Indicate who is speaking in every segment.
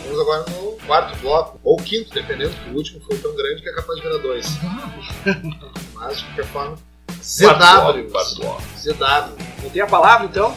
Speaker 1: Estamos agora no quarto bloco, ou quinto, dependendo, porque o último foi tão grande que é capaz de virar dois. Mas, de qualquer forma, ZW.
Speaker 2: Quarto bloco.
Speaker 1: ZW.
Speaker 3: Voltei a palavra, então.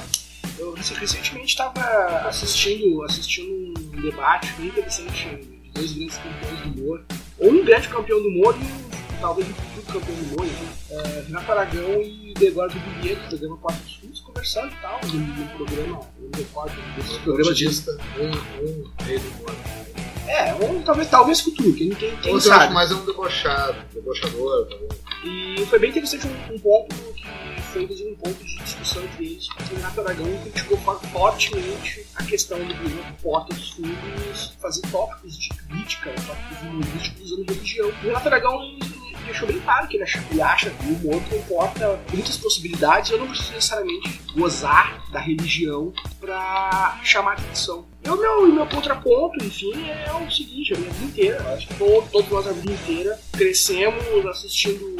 Speaker 3: Eu rece- recentemente estava assistindo, assistindo um debate bem interessante de dois grandes campeões do humor. Ou um grande campeão do humor e um- talvez um futuro campeão do humor. enfim. É, Renato Aragão e Gregório do Vinhedo, do programa Quatro Sus, conversando e tal. No, no programa, um eu me recordo desses programas de...
Speaker 1: Autista, um, um, meio do humor.
Speaker 3: tipo. É, ou talvez, talvez futuro, quem, quem, quem
Speaker 1: Outro eu acho
Speaker 3: sabe.
Speaker 1: mais é um debochado, debochador, tá bom?
Speaker 3: E foi bem interessante um, um ponto que foi inclusive, um ponto de discussão entre eles, que o Renato Aragão criticou fa- fortemente a questão do governo Porta dos Fundos fazer tópicos de crítica, tópicos humorísticos usando religião. O Renato Aragão ele deixou bem claro que ele acha, ele acha que o humor comporta muitas possibilidades, eu não preciso necessariamente gozar da religião pra chamar atenção. E o meu, e meu contraponto, enfim, é o seguinte, a minha vida inteira, eu acho que todo, todos nós a vida inteira crescemos assistindo,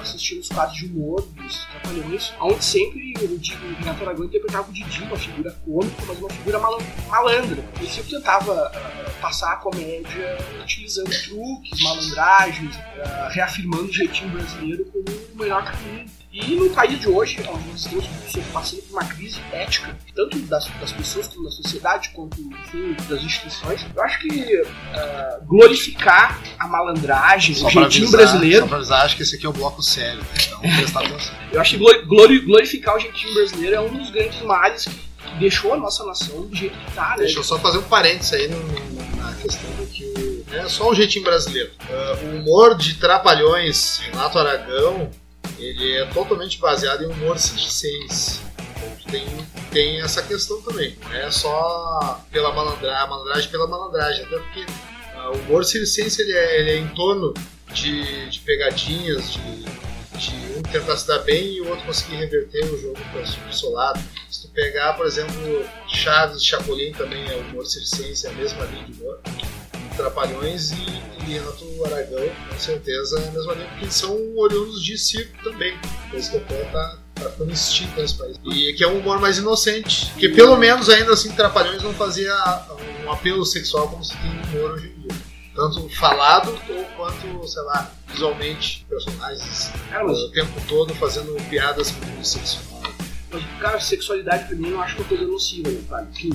Speaker 3: assistindo os quadros de humor dos Trapalhões, onde sempre o Di- o Renato Aragão interpretava o Didi, uma figura cômica, mas uma figura malan- malandra. Ele sempre tentava ah, passar a comédia utilizando truques, malandragens, ah, reafirmando o jeitinho brasileiro como o melhor caminho. E no país de hoje, onde nós estamos passando por uma crise ética, tanto das, das pessoas como da sociedade, quanto enfim, das instituições, eu acho que ah, glorificar a malandragem, o
Speaker 1: pra
Speaker 3: jeitinho
Speaker 1: avisar-
Speaker 3: brasileiro,
Speaker 1: Só pra avisar, acho que esse aqui é o bloco sério, né? então prestar atenção.
Speaker 3: eu acho que glori- glori- glorificar o jeitinho brasileiro é um dos grandes males que deixou a nossa nação do jeito que tá, né?
Speaker 1: Deixa eu só fazer um parênteses aí no- no- na questão do que o. É só um jeitinho brasileiro. Ah, o humor de Trapalhões, Renato Aragão, ele é totalmente baseado em humor circense. Então, tu Tem, tem essa questão também. Não é só pela malandragem, malandragem pela malandragem. Até porque ah, o humor circense ele é, ele é em torno de, de pegadinhas, de, de um tentar se dar bem e o outro conseguir reverter o jogo para o seu lado. Se tu pegar, por exemplo, Chaves, Chapolin também é humor circense, é a mesma linha de humor. Trapalhões e, e Renato Aragão, com certeza, é a mesma linha, porque eles são oriundos de circo também. Coisa que até tá, tá ficando extinta nesse país. E que é um humor mais inocente. Porque pelo menos ainda assim Trapalhões não fazia um apelo sexual como se tem no humor hoje em dia. Tanto falado ou quanto, sei lá, visualmente, personagens
Speaker 3: Cara,
Speaker 1: eh,
Speaker 3: mas
Speaker 1: o tempo todo fazendo piadas com o sexual.
Speaker 3: Mas, cara, sexualidade pra mim eu acho uma coisa nociva, né, cara? Que,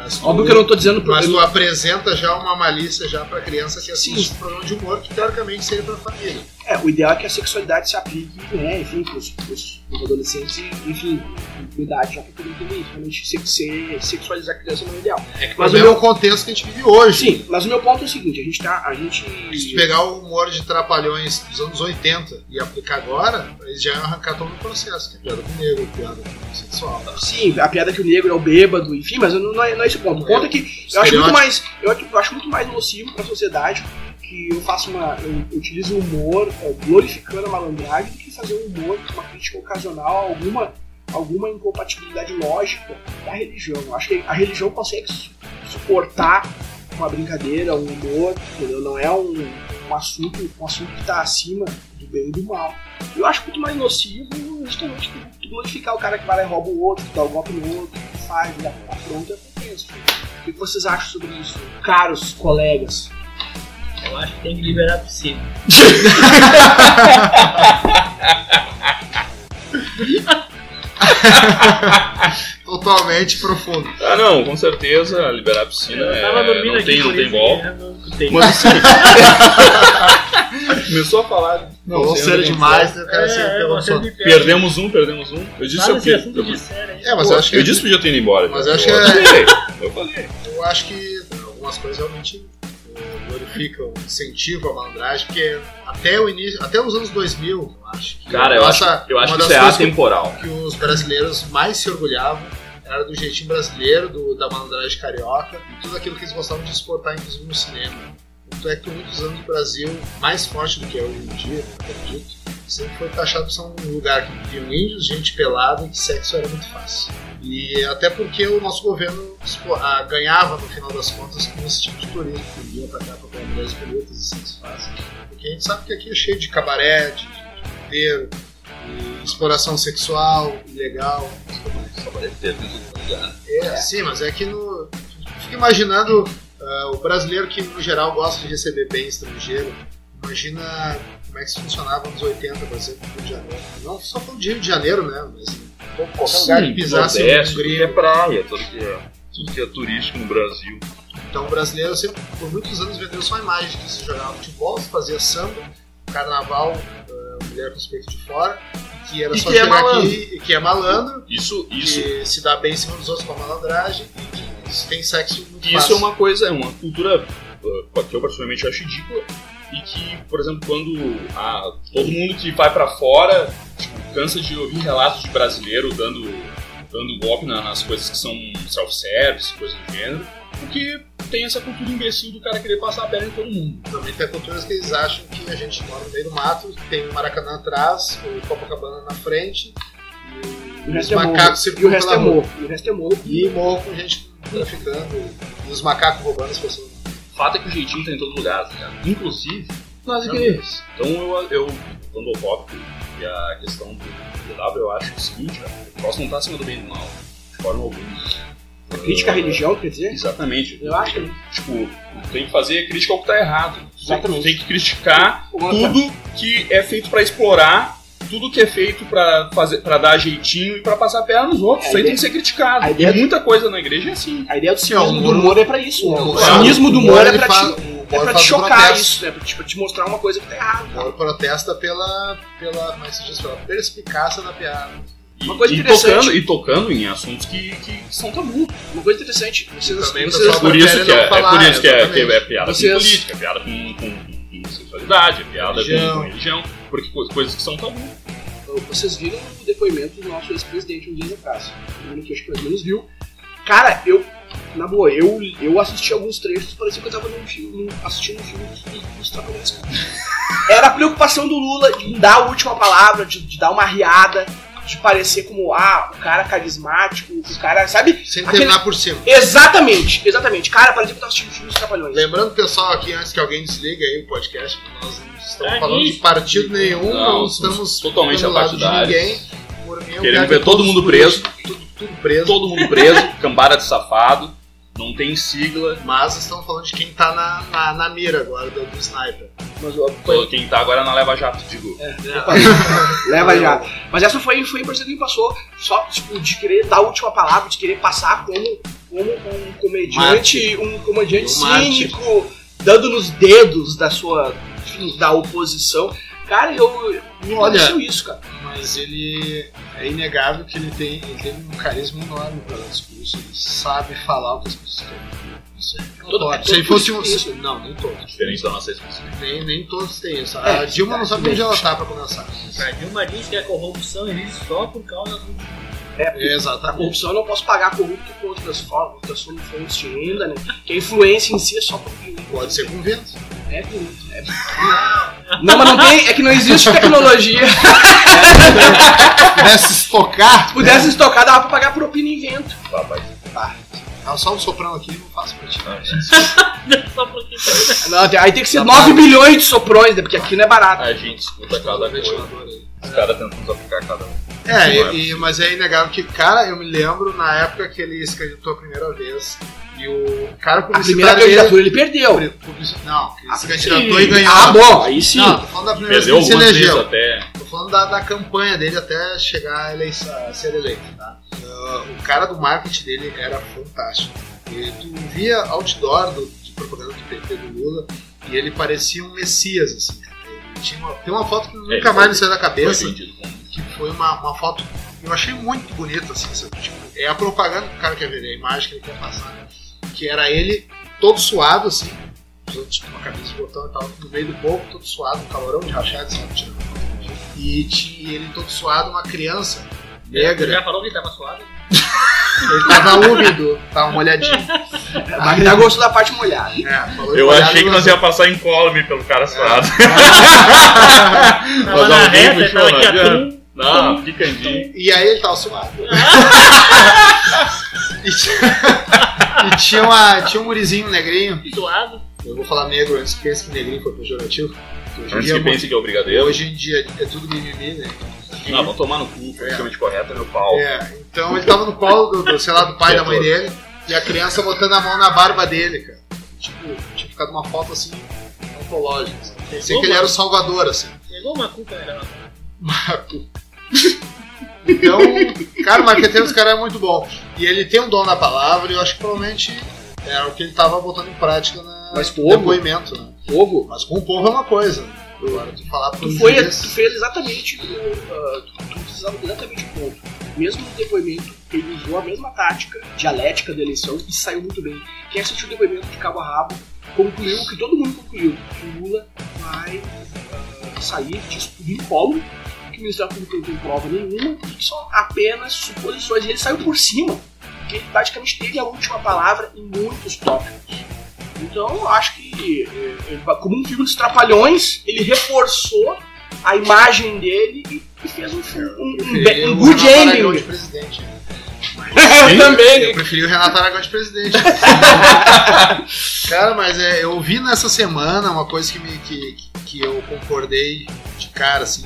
Speaker 1: Mas tu-
Speaker 3: óbvio que eu não é. tô dizendo pro
Speaker 1: Mas
Speaker 3: eu-
Speaker 1: tu apresenta já uma malícia já pra criança que assiste
Speaker 3: Sim.
Speaker 1: um programa de humor que teoricamente seria pra família.
Speaker 3: É, o ideal é que a sexualidade se aplique, né, enfim, pros, pros, pros adolescentes, enfim, com idade já pra poder entender isso. Realmente, se, se, sexualizar a criança não é o ideal.
Speaker 1: Mas
Speaker 3: mas
Speaker 1: o
Speaker 3: o
Speaker 1: mesmo contexto que a gente vive hoje.
Speaker 3: Sim, mas o meu ponto é o seguinte, a gente tá. A gente.
Speaker 1: Se tu pegar o humor de Trapalhões dos anos 80 e aplicar agora, eles já iam arrancar todo o processo, que é piada com negro, piada com sexual.
Speaker 3: Sim, a piada que o negro é o bêbado, enfim, mas não, não é, não é esse o ponto. O ponto é que Eu acho muito
Speaker 1: Estereótipo.
Speaker 3: mais, eu, acho- eu acho muito mais nocivo para a sociedade que eu faço uma, eu, eu utilizo o humor é, glorificando a malandragem do que fazer um humor com uma crítica ocasional, alguma alguma incompatibilidade lógica da religião. Eu acho que a religião consegue su- suportar uma brincadeira, um humor, entendeu? Não é um, um assunto, um assunto que está acima do bem e do mal. Eu acho muito mais nocivo justamente tu, tu glorificar o cara que vai lá e rouba o outro, que dá o golpe no outro, que faz, dá afronta, eu penso. O que vocês acham sobre isso, caros colegas?
Speaker 4: Eu acho que tem que liberar a piscina.
Speaker 1: Totalmente profundo.
Speaker 2: Ah, não, com certeza, liberar a piscina
Speaker 4: Eu
Speaker 2: é,
Speaker 4: tava dormindo
Speaker 2: não
Speaker 4: aqui.
Speaker 2: tem, não
Speaker 4: por
Speaker 2: tem
Speaker 4: isso
Speaker 2: golpe.
Speaker 4: que eu não escutei.
Speaker 2: Mas assim. Começou a falar.
Speaker 1: Não,
Speaker 2: sei,
Speaker 1: sério
Speaker 2: não tem
Speaker 1: demais,
Speaker 2: golpe.
Speaker 1: né? o cara sempre
Speaker 4: É,
Speaker 1: pegou no
Speaker 4: você
Speaker 1: sono.
Speaker 4: me perde.
Speaker 2: Perdemos um, perdemos um. Eu disse
Speaker 4: Fala
Speaker 2: eu
Speaker 4: esse
Speaker 2: fiz.
Speaker 4: assunto de sério aí.
Speaker 1: É, mas eu acho que.
Speaker 2: eu disse que podia ter ido embora.
Speaker 1: Mas
Speaker 2: já.
Speaker 1: eu acho que
Speaker 2: eu
Speaker 1: é-
Speaker 2: falei, Eu falei.
Speaker 1: Eu acho que algumas coisas realmente eh, glorificam, incentivam a malandragem, porque até o início, até os anos 2000, eu acho que
Speaker 2: Cara, eu
Speaker 1: nossa-
Speaker 2: acho, eu acho
Speaker 1: uma
Speaker 2: que isso é
Speaker 1: das coisas que-
Speaker 2: atemporal.
Speaker 1: que os brasileiros mais se orgulhavam era do jeitinho brasileiro, do, da malandragem carioca e tudo aquilo que eles gostavam de exportar, inclusive no cinema. Tanto é que por muitos anos o Brasil, mais forte do que é hoje em dia, acredito, sempre foi taxado por ser um lugar que viviam índios, gente pelada e que sexo era muito fácil. E até porque o nosso governo expo- ah, ganhava, no final das contas, com esse tipo de turismo, que vinha pra cá pra pegar mulheres bonitas e sexo fácil. Porque a gente sabe que aqui é cheio de cabaré, de, de puteiro, e exploração sexual, ilegal, tudo mais.
Speaker 2: Só parece ter vindo no lugar.
Speaker 1: É, sim, mas é que no. Fico imaginando Ah, o brasileiro que, no geral, gosta de receber bem estrangeiro, imagina como é que isso funcionava nos 80, por exemplo, no Rio de Janeiro. Não só falando de Rio de Janeiro, né? Mas em qualquer lugar que pisasse um
Speaker 2: Nordeste, tudo
Speaker 1: gringo.
Speaker 2: é praia, tudo que é, tudo que é turístico no Brasil.
Speaker 1: Então o brasileiro sempre, por muitos anos, vendeu só a imagem de que se jogava futebol, se fazia samba, carnaval, ah, mulher com os peitos de fora, que era
Speaker 2: E
Speaker 1: só
Speaker 2: que é
Speaker 1: chegar
Speaker 2: malandro.
Speaker 1: aqui e que é malandro,
Speaker 2: Isso, isso,
Speaker 1: que se dá bem em cima dos outros com a malandragem e que tem sexo muito
Speaker 2: E isso
Speaker 1: fácil.
Speaker 2: é uma coisa, é uma cultura uh, que eu particularmente acho ridícula e que, por exemplo, quando a- todo mundo que vai pra fora tipo, cansa de ouvir relatos de brasileiro dando, dando golpe na- nas coisas que são self-service, coisas do gênero, porque tem essa cultura imbecil do cara querer passar a perna em todo mundo.
Speaker 1: Também tem culturas que eles acham que a gente mora no meio do mato, tem o Maracanã atrás, o Copacabana na frente,
Speaker 3: O
Speaker 1: e os
Speaker 3: resto é morro.
Speaker 1: macacos
Speaker 3: E o
Speaker 1: circulam
Speaker 3: resto
Speaker 1: pela
Speaker 3: é
Speaker 1: rua.
Speaker 3: morro. E o resto é morro.
Speaker 1: E um morro com gente traficando, e os macacos roubando as pessoas.
Speaker 2: O fato é que o jeitinho tá em todo lugar, tá ligado? Inclusive,
Speaker 4: Nós
Speaker 2: Não, mas- Então eu, eu quando eu toco e a questão do DW, eu acho o seguinte, cara, o troço não tá acima do bem e do mal, de forma alguma.
Speaker 3: A crítica à religião, quer dizer?
Speaker 2: Exatamente.
Speaker 3: Eu acho que
Speaker 2: Tipo, tem que fazer crítica ao que tá errado.
Speaker 3: Exatamente.
Speaker 2: Tem que criticar
Speaker 3: Uma-
Speaker 2: tudo que é feito pra explorar, tudo que é feito pra fazer para dar jeitinho e pra passar a perna nos outros.
Speaker 3: A
Speaker 2: Isso aí
Speaker 3: ideia-
Speaker 2: tem que ser criticado.
Speaker 3: a ideia-
Speaker 2: E muita coisa na igreja é assim.
Speaker 3: A ideia do
Speaker 1: É, o
Speaker 3: cinismo do
Speaker 1: humor-
Speaker 3: humor é pra isso. né? O
Speaker 1: humor-
Speaker 3: cinismo do
Speaker 1: o
Speaker 3: humor é
Speaker 1: ele
Speaker 3: pra
Speaker 1: faz-
Speaker 3: te,
Speaker 1: o humor
Speaker 3: é pra
Speaker 1: faz
Speaker 3: te
Speaker 1: o
Speaker 3: chocar
Speaker 1: protesto.
Speaker 3: isso, né? Pra te, pra te mostrar uma coisa que tá
Speaker 1: O
Speaker 3: errada.
Speaker 1: humor protesta pela, pela, como é que se diz, pela perspicácia da piada.
Speaker 2: E,
Speaker 3: Uma coisa
Speaker 2: e
Speaker 3: interessante-
Speaker 2: tocando, e tocando em assuntos que, que são tabu.
Speaker 3: tá Uma coisa interessante, vocês,
Speaker 1: Também o
Speaker 3: vocês-
Speaker 1: pessoal
Speaker 2: Por
Speaker 1: Mas
Speaker 2: isso
Speaker 1: prefere
Speaker 2: que é,
Speaker 1: não
Speaker 2: é
Speaker 1: falar,
Speaker 2: por isso que é, que
Speaker 1: exatamente.
Speaker 2: é piada
Speaker 3: Vocês-
Speaker 2: com política, é piada com, com- com sexualidade, é piada
Speaker 1: Religião.
Speaker 2: Com, com religião, porque co- coisas que são tabu.
Speaker 3: Então, vocês viram o depoimento do nosso ex-presidente uns dias atrás. O único que acho que pelo menos viu. Cara, eu, na boa, eu, eu assisti alguns trechos, parecia que eu tava num filme, num- assistindo um filme dos, dos- dos trapalhões, cara. Era a preocupação do Lula de dar a última palavra, de, de dar uma riada, de parecer como, ah, o cara carismático, o cara, sabe?
Speaker 1: Sem
Speaker 3: Aquele-
Speaker 1: terminar por cima.
Speaker 3: Exatamente, exatamente. Cara, parecia que eu tava assistindo filmes trapalhões.
Speaker 1: Lembrando, pessoal, aqui antes que alguém desligue aí o podcast, nós não estamos
Speaker 4: Ah,
Speaker 1: falando de
Speaker 4: isso.
Speaker 1: partido nenhum,
Speaker 2: Não,
Speaker 1: não
Speaker 2: somos
Speaker 1: estamos
Speaker 2: totalmente
Speaker 1: do lado de
Speaker 2: apartidários.
Speaker 1: ninguém. Por mim, eu
Speaker 2: Queremos
Speaker 1: quero
Speaker 2: ver todo mundo preso.
Speaker 1: Tudo, tudo preso.
Speaker 2: Todo mundo preso, cambada de safado, não tem sigla,
Speaker 1: Mas estamos falando de quem tá na, na, na mira agora do, do sniper.
Speaker 3: Mas eu-
Speaker 2: Tô- Quem tá agora na Leva Jato, digo.
Speaker 4: É.
Speaker 3: Leva já. Mas essa foi, foi a impressão que me passou, só tipo, de querer dar a última palavra, de querer passar como, como um comediante, um comediante
Speaker 1: Um mártir.
Speaker 3: cínico, dando nos dedos da sua, enfim, da oposição. Cara, eu me
Speaker 1: Olha,
Speaker 3: aconteceu isso, cara.
Speaker 1: Mas ele é inegável que ele tem ele teve um carisma enorme para o discurso. Ele sabe falar o que as pessoas querem. Isso é notório. Se ele fosse um.
Speaker 3: isso.
Speaker 1: Não, nem todos.
Speaker 2: Diferente da nossa expressão.
Speaker 1: Nem, nem todos têm isso.
Speaker 3: É,
Speaker 1: A Dilma não sabe
Speaker 3: também.
Speaker 1: onde ela tá pra começar.
Speaker 4: A Dilma diz que a corrupção existe só por causa do.
Speaker 3: É, a
Speaker 1: Exatamente.
Speaker 3: corrupção eu não posso pagar corrupto com outras formas, outras fontes de renda, né? Que a influência em si é só por
Speaker 1: Pode ser com vento.
Speaker 3: É bonito. É... Não, mas não tem. É que não existe tecnologia.
Speaker 1: Pudesse estocar.
Speaker 3: Se pudesse estocar, dava pra pagar propina em vento.
Speaker 2: Rapaz,
Speaker 1: Ah, só um soprano aqui não faço pra ti.
Speaker 4: Só porque.
Speaker 3: Não, tem- aí tem que ser 9 bilhões de soprões, né? Porque aqui não é barato.
Speaker 2: a gente escuta cada coisa,
Speaker 1: Ventilador aí.
Speaker 2: os caras tentando aplicar cada um.
Speaker 1: É,
Speaker 2: Não é
Speaker 1: e- e- mas é inegável que, cara, eu me lembro na época que ele se candidatou a primeira vez e o cara
Speaker 3: A
Speaker 1: publicitário
Speaker 3: primeira candidatura ele perdeu.
Speaker 1: dele- publici- Não, que ele se
Speaker 3: Ah,
Speaker 1: candidatou
Speaker 3: sim.
Speaker 1: e ganhou.
Speaker 3: Ah, bom, aí sim.
Speaker 1: Não, tô falando da primeira
Speaker 2: Perdeu
Speaker 1: vez que ele se
Speaker 2: algumas vezes
Speaker 1: elegeu.
Speaker 2: até.
Speaker 1: Tô falando da, da campanha dele até chegar a, eleição, a ser eleito, tá? Ah, o cara do marketing dele era fantástico. E tu via outdoor do, de propaganda do PT do Lula e ele parecia um messias, assim. cara. Ele tinha uma- tem uma foto que nunca
Speaker 2: foi-
Speaker 1: mais me saiu da
Speaker 2: Foi
Speaker 1: cabeça
Speaker 2: vendido como.
Speaker 1: que foi uma, uma foto que eu achei muito bonita, assim, sabe? Tipo, é a propaganda que o cara quer ver, é a imagem que ele quer passar, né? que era ele todo suado, assim, usando tipo uma camisa de botão e tal, no meio do povo, todo suado, um calorão de rachado, sabe, tirando foto. e tinha ele todo suado, uma criança negra,
Speaker 2: É.
Speaker 4: Já falou que tava suado?
Speaker 1: ele tava úmido, tava molhadinho.
Speaker 3: Mas ele já gostou da parte molhada.
Speaker 1: É, falou de
Speaker 2: É. Eu
Speaker 1: molhado,
Speaker 2: achei que nós
Speaker 1: mas-
Speaker 2: ia passar em colme pelo cara suado.
Speaker 4: Tava na reta,
Speaker 2: puxou,
Speaker 4: tava aqui
Speaker 2: não adianta.
Speaker 4: a
Speaker 2: Não, picandinho.
Speaker 1: E aí ele tava suado. e tinha, e tinha, uma, tinha um gurizinho negrinho
Speaker 4: suado.
Speaker 1: Eu vou falar negro antes que pense que negrinho foi pejorativo. porque Hoje, em
Speaker 2: Antes
Speaker 1: dia,
Speaker 2: que pense que é o
Speaker 1: é mu-
Speaker 2: brigadeiro.
Speaker 1: hoje em dia é tudo mimimi, né?
Speaker 2: Não, vão tomar no cu, politicamente correto é meu pau.
Speaker 1: É, então ele tava no colo do, do, sei lá, do pai da mãe dele e a criança botando a mão na barba dele, cara. tipo, tinha ficado uma foto assim, antológica. assim. Pensei
Speaker 4: Pegou,
Speaker 1: que ele era o
Speaker 4: mano.
Speaker 1: salvador, assim.
Speaker 4: Pegou uma cuca, né, Renato?
Speaker 1: Maco. Então, cara, o marqueteiro dos caras é muito bom. E ele tem um dom na palavra e eu acho que provavelmente era o que ele tava botando em prática na
Speaker 3: Mas tu
Speaker 1: no
Speaker 3: ouve?
Speaker 1: depoimento, né?
Speaker 3: Fogo.
Speaker 1: Mas com o povo é uma coisa. Agora, tu falar pro
Speaker 3: Tu, foi,
Speaker 1: juiz-
Speaker 3: tu fez exatamente o. ah, tu, tu precisava exatamente o ponto. Mesmo no depoimento, ele usou a mesma tática dialética da eleição e saiu muito bem. Quem assistiu o depoimento de cabo a rabo concluiu o que todo mundo concluiu: que o Lula vai ah, sair de explodir o colo, que o Ministério Público não tem prova nenhuma, e que são apenas suposições. Ele saiu por cima, porque ele praticamente teve a última palavra em muitos tópicos. Então, eu acho que, eh, eh, como um filme dos Trapalhões, ele reforçou a imagem dele e e fez um, um, um, be-
Speaker 1: Preferi
Speaker 3: um
Speaker 1: o
Speaker 3: good
Speaker 1: Renato Aragão de
Speaker 3: ending.
Speaker 1: presidente.
Speaker 3: eu
Speaker 1: Eu
Speaker 3: também.
Speaker 1: preferi o Renato Aragão de presidente. Cara, mas é, eu vi nessa semana uma coisa que, me, que, que eu concordei de cara, assim,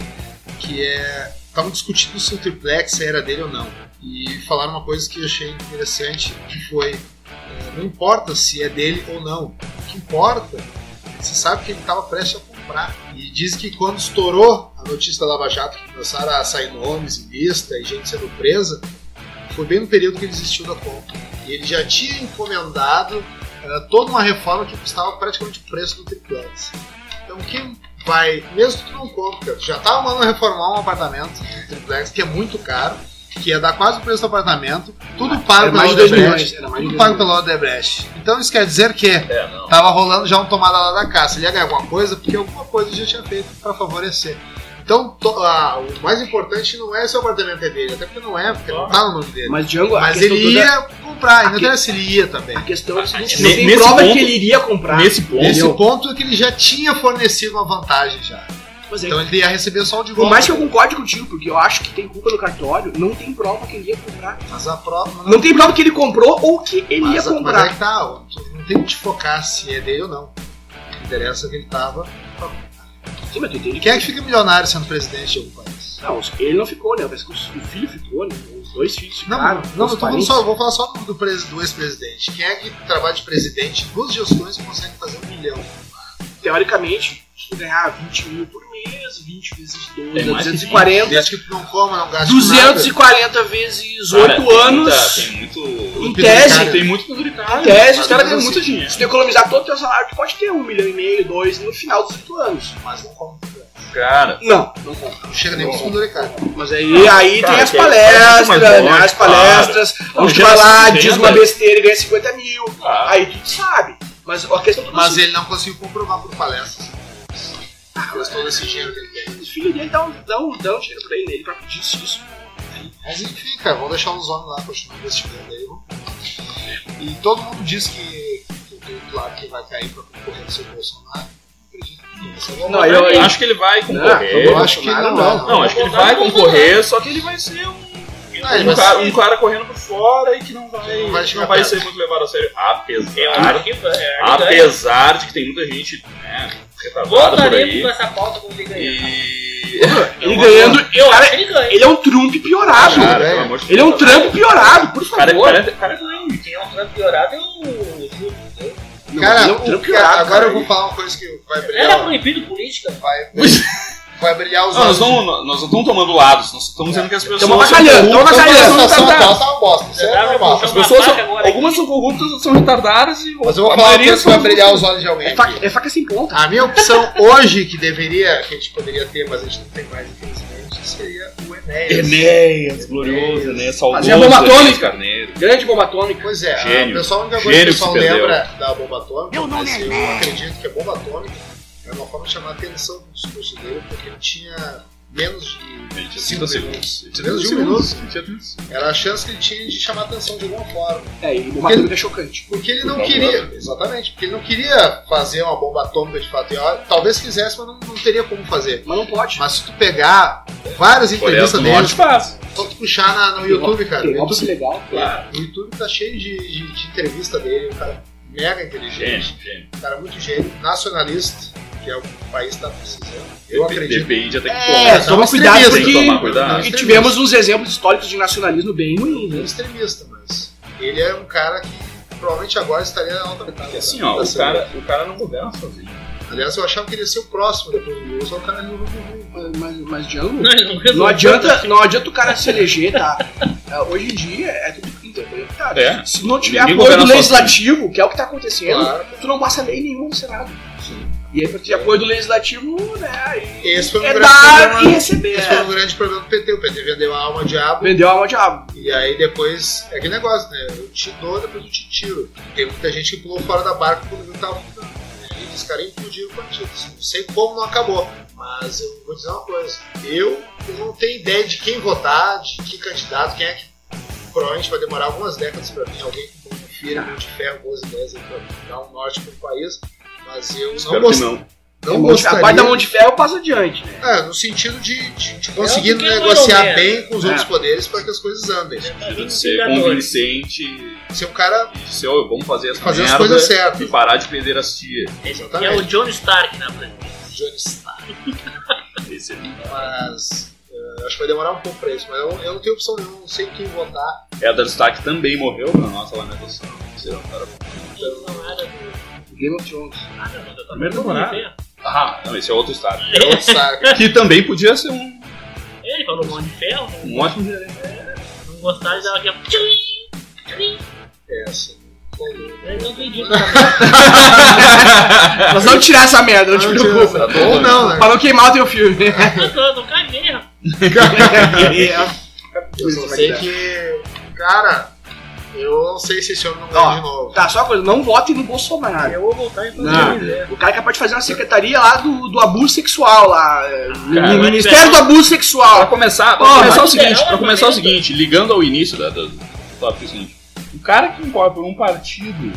Speaker 1: que é. Estavam discutindo se o triplex era dele ou não. E falaram uma coisa que eu achei interessante, que foi. é, não importa se é dele ou não. O que importa é que se sabe que ele estava prestes a comprar. E diz que quando estourou a notícia da Lava Jato, que começaram a sair nomes e lista e gente sendo presa, foi bem no período que ele desistiu da compra. E ele já tinha encomendado eh, toda uma reforma que custava praticamente o preço do triplex. Então quem vai, mesmo que tu não compre, cara, tu já tá mandando reformar um apartamento um triplex, que é muito caro, que ia dar quase o preço do apartamento, tudo pago
Speaker 3: Era
Speaker 1: pela
Speaker 3: mais de dois milhões.
Speaker 1: Odebrecht.
Speaker 3: Era mais de
Speaker 1: Tudo
Speaker 3: dois
Speaker 1: pago
Speaker 3: milhões.
Speaker 1: pela Odebrecht. Então isso quer dizer que
Speaker 2: É, não.
Speaker 1: Tava rolando já um tomada lá da caça. Ele ia ganhar alguma coisa porque alguma coisa ele já tinha feito pra favorecer. Então, to- ah, o mais importante não é se o apartamento é dele, até porque não é, porque não tá no nome dele.
Speaker 3: Mas Django, a
Speaker 1: Mas
Speaker 3: questão
Speaker 1: ele
Speaker 3: toda-
Speaker 1: ia comprar, e não
Speaker 3: Aqui-
Speaker 1: interessa se ele ia também.
Speaker 3: A questão é o seguinte:
Speaker 2: Ne-
Speaker 3: não tem
Speaker 2: nesse
Speaker 3: prova
Speaker 2: ponto-
Speaker 3: que ele iria comprar.
Speaker 2: Nesse ponto,
Speaker 1: Esse
Speaker 3: Entendeu?
Speaker 1: ponto é que ele já tinha fornecido uma vantagem já.
Speaker 3: Mas é
Speaker 1: Então ele ia receber só o de
Speaker 3: Por
Speaker 1: volta.
Speaker 3: mais que eu concorde contigo, porque eu acho que tem culpa no cartório, não tem prova que ele ia comprar.
Speaker 1: Mas a prova.
Speaker 3: Não tem prova que ele comprou ou que ele ia
Speaker 1: mas, a- mas é
Speaker 3: comprar.
Speaker 1: que tá, ó, tu não tem que te focar se é dele ou não. O que interessa é que ele tava.
Speaker 3: Sim, mas tu entende que-
Speaker 1: Quem é que fica milionário sendo presidente de algum país?
Speaker 3: Não, ele não ficou, né? Parece que o filho ficou, né? Os dois filhos
Speaker 1: Não,
Speaker 3: ficaram.
Speaker 1: não,
Speaker 3: os
Speaker 1: eu tô falando
Speaker 3: parentes.
Speaker 1: só, eu vou falar só do, pres- do ex-presidente. Quem é que trabalha de presidente em duas gestões e consegue fazer um milhão?
Speaker 3: Teoricamente, se tu ganhar 20 mil por mês, 20 vezes 12,
Speaker 2: Tem mais que
Speaker 3: 240.
Speaker 1: Desde que tu não coma, não gaste
Speaker 3: 240 vezes 8
Speaker 2: Cara, tem
Speaker 3: anos.
Speaker 2: muita- tem muito.
Speaker 3: em
Speaker 1: muita
Speaker 3: tese,
Speaker 1: cara.
Speaker 2: Tem muito penduricário.
Speaker 3: em tese, os
Speaker 2: Mas
Speaker 3: caras ganham
Speaker 2: assim,
Speaker 3: muito dinheiro. Se tu economizar todo o teu salário, tu pode ter um milhão e meio, dois no final dos 8 anos.
Speaker 1: Mas não come.
Speaker 2: Cara,
Speaker 3: Não, não conta.
Speaker 1: Não chega nem pro fundo do cara.
Speaker 3: Mas aí, aí
Speaker 2: Cara,
Speaker 3: tem as
Speaker 2: que é- é
Speaker 3: palestras,
Speaker 2: muito
Speaker 3: né?
Speaker 2: mais longe,
Speaker 3: As palestras, onde tu
Speaker 2: já
Speaker 3: vai lá,
Speaker 2: tem,
Speaker 3: diz
Speaker 2: né?
Speaker 3: uma besteira e ganha 50 mil.
Speaker 2: Ah.
Speaker 3: Aí tu sabe. Mas a questão do
Speaker 1: Mas ele não conseguiu comprovar por palestras. Ah, Mas todo esse dinheiro que ele tem.
Speaker 3: os filhos dele dão, dão, dão dinheiro pra ele, ele pra pedir isso. isso.
Speaker 1: Mas enfim, cara, vou deixar os homens lá continuar investigando aí. viu? E todo mundo diz que que o Clark que vai cair pra concorrer com o Bolsonaro. Não acredito nisso. Eu vou
Speaker 3: Não,
Speaker 1: votar.
Speaker 3: ah, eu-
Speaker 2: eu acho que ele vai concorrer.
Speaker 1: eu acho que não, não.
Speaker 2: Não, acho que ele vai concorrer, só que ele vai ser um,
Speaker 1: Ah, ele
Speaker 2: um
Speaker 1: vai
Speaker 2: cara,
Speaker 1: ser-
Speaker 2: um cara correndo por fora e que não vai,
Speaker 1: Não vai
Speaker 2: que
Speaker 1: chegar
Speaker 2: não vai
Speaker 1: perto.
Speaker 2: ser muito levado a sério.
Speaker 4: É
Speaker 2: Apesar,
Speaker 4: arquivo, é
Speaker 2: ah,
Speaker 4: arquivo.
Speaker 2: apesar de que tem muita gente né, retardada por
Speaker 4: Voltaremos
Speaker 2: aí.
Speaker 4: com essa pauta quando ele ganhar.
Speaker 2: E.
Speaker 3: É, Ele ganhando.
Speaker 4: Eu
Speaker 3: cara,
Speaker 4: acho que ele ganha.
Speaker 3: ele é um Trump piorado.
Speaker 1: Cara,
Speaker 2: pelo
Speaker 1: velho.
Speaker 2: amor de
Speaker 3: ele é um
Speaker 2: Deus.
Speaker 3: Trump piorado, por
Speaker 2: Cara,
Speaker 3: favor.
Speaker 2: cara, cara,
Speaker 4: Quem é um Trump piorado é o Júlio.
Speaker 3: Não,
Speaker 1: Cara,
Speaker 3: ele é
Speaker 1: o
Speaker 3: um Trump
Speaker 1: cara,
Speaker 3: piorado.
Speaker 1: agora
Speaker 3: cara.
Speaker 1: eu vou falar uma coisa que vai
Speaker 4: Era
Speaker 1: brilhar.
Speaker 4: proibido política.
Speaker 1: Vai, vai brilhar os
Speaker 3: Ah,
Speaker 2: Não, nós,
Speaker 1: olhos.
Speaker 2: não, nós não estamos tomando lados, nós estamos dizendo que as pessoas.
Speaker 3: Estamos avacalhando, estamos
Speaker 1: Mas aí, a
Speaker 3: avacalhando.
Speaker 1: situação
Speaker 3: tá-
Speaker 1: atual tá uma bosta. Isso é
Speaker 4: Tá,
Speaker 1: normal.
Speaker 4: tá,
Speaker 2: As pessoas
Speaker 4: Uma
Speaker 2: são,
Speaker 4: vaca
Speaker 2: algumas são corruptas, outras são retardadas e
Speaker 1: Mas eu vou falar
Speaker 2: a
Speaker 1: uma
Speaker 2: maioria
Speaker 1: coisa que vai
Speaker 2: são-
Speaker 1: brilhar os olhos de alguém.
Speaker 3: É
Speaker 1: aqui.
Speaker 3: faca, é faca sem ponta.
Speaker 1: Tá- A minha opção hoje, que deveria, que a gente poderia ter, mas a gente não tem mais, infelizmente, seria o Enéas.
Speaker 2: Enéas, glorioso, Enéas, saudoso.
Speaker 3: Fazia bomba
Speaker 2: Enéas
Speaker 3: atômica.
Speaker 2: Carneiro.
Speaker 3: Grande bomba atômica.
Speaker 1: Pois é, a-
Speaker 2: Gênio.
Speaker 1: o pessoal, a única coisa
Speaker 2: Gênio
Speaker 1: que o pessoal
Speaker 2: que se perdeu.
Speaker 1: lembra da bomba atômica, mas
Speaker 4: é
Speaker 1: eu acredito que a bomba atômica é uma forma de chamar a atenção do discurso dele, porque ele tinha menos de
Speaker 2: assim
Speaker 1: 5 minutos. Menos de um minuto. Era a chance que ele tinha de chamar a atenção de alguma forma.
Speaker 3: É, e bomba
Speaker 1: Porque-
Speaker 3: atômica é chocante.
Speaker 1: Porque ele
Speaker 2: Por
Speaker 1: não
Speaker 2: favor.
Speaker 1: queria, exatamente, porque ele não queria fazer uma bomba atômica de fato. E, ó, talvez quisesse, mas não, não teria como fazer.
Speaker 3: Mas não pode.
Speaker 1: Mas se tu pegar várias
Speaker 2: Coreia
Speaker 1: entrevistas
Speaker 2: do
Speaker 1: dele,
Speaker 2: Norte faz.
Speaker 1: só tu puxar na- no
Speaker 3: Tem
Speaker 1: YouTube, cara. é
Speaker 3: Tem
Speaker 1: O
Speaker 3: óbvio é
Speaker 1: YouTube,
Speaker 3: legal.
Speaker 2: Claro.
Speaker 1: o YouTube tá cheio de, de, de entrevista dele, um cara mega inteligente,
Speaker 2: Gente, gente.
Speaker 1: um cara muito gênio, nacionalista, que é o que o país tá precisando. Eu acredito.
Speaker 2: Depende até que
Speaker 3: É,
Speaker 2: ponto.
Speaker 1: dá uma
Speaker 3: toma cuidado
Speaker 1: entrevista,
Speaker 2: Tem
Speaker 1: Porque-
Speaker 2: que tomar
Speaker 3: porque
Speaker 2: cuidado.
Speaker 1: Não,
Speaker 3: e tivemos uns exemplos históricos de nacionalismo bem ruins.
Speaker 1: Ele é
Speaker 3: né?
Speaker 1: extremista, mas ele é um cara que provavelmente agora estaria na alta metade.
Speaker 2: Porque assim,
Speaker 1: da-
Speaker 2: ó,
Speaker 1: da
Speaker 2: o
Speaker 1: série.
Speaker 2: cara, o cara não governa sozinho.
Speaker 1: Aliás, eu achava que ele ia ser o próximo depois do Lula, só o cara resolveu vir.
Speaker 3: Mas, mas Django.
Speaker 4: Não, ele não
Speaker 3: Não
Speaker 4: resolveu.
Speaker 3: adianta, não adianta o cara se eleger, tá? É, Hoje em dia é tudo interconectado.
Speaker 2: É.
Speaker 3: Se não tiver
Speaker 2: Ninguém
Speaker 3: apoio do
Speaker 2: governa sozinho.
Speaker 3: legislativo, que é o que tá acontecendo,
Speaker 1: Claro.
Speaker 3: tu não passa lei nenhuma no Senado. E aí, pra ter apoio do legislativo, né? Aí
Speaker 1: Esse foi um
Speaker 3: é
Speaker 1: grande
Speaker 3: dar e
Speaker 1: problema.
Speaker 3: receber.
Speaker 1: Esse foi um grande problema do PT. O PT vendeu a alma ao diabo
Speaker 3: Vendeu a alma ao diabo.
Speaker 1: e aí depois. É aquele negócio, né? Eu te dou, depois eu te tiro. Tem muita gente que pulou fora da barca quando viu que tava afundando. né? E os caras implodiram o partido. Não sei como não acabou. Mas eu vou dizer uma coisa. Eu não tenho ideia de quem votar, de que candidato, quem é que. Provavelmente vai demorar algumas décadas pra vir alguém com um firme de ferro, boas ideias aí pra dar um norte pro país. Mas eu não,
Speaker 2: Espero
Speaker 1: gost...
Speaker 2: que
Speaker 1: não.
Speaker 2: não.
Speaker 3: A
Speaker 1: gostaria.
Speaker 3: parte da mão de ferro passa adiante, né?
Speaker 1: É, no sentido de, de- de conseguir
Speaker 4: É, porque não
Speaker 1: negociar
Speaker 4: é.
Speaker 1: bem com os
Speaker 3: É.
Speaker 1: outros poderes para que as coisas andem.
Speaker 4: Tá vindo
Speaker 2: de
Speaker 4: os
Speaker 2: ser
Speaker 4: Vingadores.
Speaker 2: convincente
Speaker 1: Se o cara
Speaker 2: e dizer, ó, vamos fazer essa
Speaker 1: fazer as
Speaker 2: merda
Speaker 1: coisas certas.
Speaker 2: e parar de perder as tias.
Speaker 4: Esse aqui é
Speaker 1: Exatamente.
Speaker 4: o John Stark na frente.
Speaker 1: Johnny Stark.
Speaker 2: Esse é-
Speaker 1: Mas eh, acho que vai demorar um pouco para isso. Mas eu, eu não tenho opção nenhuma, não sei quem votar.
Speaker 2: Eldar Stark É, também morreu na nossa lamentação. Será um cara bom.
Speaker 4: Não era do.
Speaker 3: Game of Thrones.
Speaker 4: Ah, não, não, tá
Speaker 2: Primeiro
Speaker 4: todo mundo
Speaker 2: temporada.
Speaker 4: bem.
Speaker 2: Ah, não, esse é outro Stark.
Speaker 1: É outro Stark.
Speaker 2: que também podia ser um,
Speaker 4: Ele falou um monte de ferro. não-
Speaker 2: um ótimo gerente.
Speaker 4: Não gostaram dela aqui. ó. Tchim, tchim.
Speaker 1: É, assim.
Speaker 4: Eu não entendi.
Speaker 3: Mas não tirar essa merda, não te tá
Speaker 1: Não, tira
Speaker 3: preocupa.
Speaker 1: essa- Ou não, né?
Speaker 3: Pra não queimar o teu filme.
Speaker 4: Eu não caguei, rapaz.
Speaker 1: Eu só sei que. Cara, eu não sei se esse homem não
Speaker 3: Ó.
Speaker 1: ganha de novo.
Speaker 3: Tá, só uma coisa, não votem no Bolsonaro.
Speaker 4: Eu vou voltar então. e fazer
Speaker 3: Não.
Speaker 4: o que quiser.
Speaker 3: O cara é capaz de fazer uma secretaria lá do, do abuso sexual, lá. é,
Speaker 2: cara,
Speaker 3: Ministério do Abuso
Speaker 2: Pra
Speaker 3: Sexual.
Speaker 2: começar, pra
Speaker 3: Porra,
Speaker 2: começar o
Speaker 4: mas
Speaker 2: seguinte,
Speaker 4: liberal
Speaker 2: pra
Speaker 4: é
Speaker 2: começar o
Speaker 4: violento.
Speaker 2: seguinte, ligando ao início da, da, do tópico é o seguinte, o cara que incorpora um partido